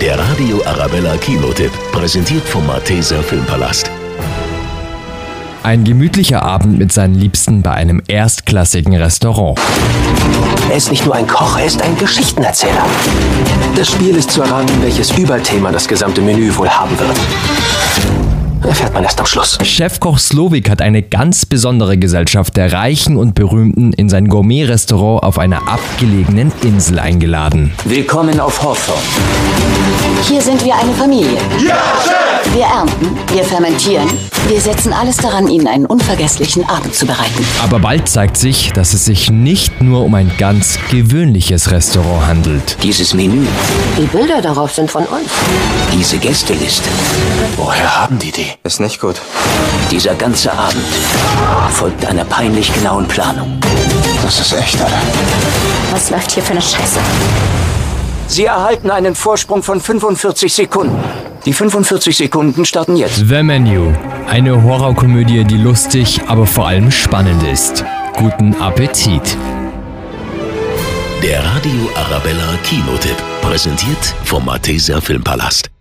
Der Radio Arabella Kinotipp, präsentiert vom Malteser Filmpalast. Ein gemütlicher Abend mit seinen Liebsten bei einem erstklassigen Restaurant. Er ist nicht nur ein Koch, er ist ein Geschichtenerzähler. Das Spiel ist zu erraten, welches Überthema das gesamte Menü wohl haben wird. Erfährt man erst am Schluss. Chefkoch Slowik hat eine ganz besondere Gesellschaft der Reichen und Berühmten in sein Gourmet-Restaurant auf einer abgelegenen Insel eingeladen. Willkommen auf Hawthorne. Hier sind wir eine Familie. Ja, Chef! Wir ernten, wir fermentieren, wir setzen alles daran, Ihnen einen unvergesslichen Abend zu bereiten. Aber bald zeigt sich, dass es sich nicht nur um ein ganz gewöhnliches Restaurant handelt. Dieses Menü, Die Bilder darauf sind von uns. diese Gästeliste, Woher haben die die? Ist nicht gut. dieser ganze Abend folgt einer peinlich genauen Planung. Das ist echt, oder? Was läuft hier für eine Scheiße? Sie erhalten einen Vorsprung von 45 Sekunden. Die 45 Sekunden starten jetzt. The Menu. Eine Horrorkomödie, die lustig, aber vor allem spannend ist. Guten Appetit. Der Radio Arabella Kinotipp, präsentiert vom Malteser Filmpalast.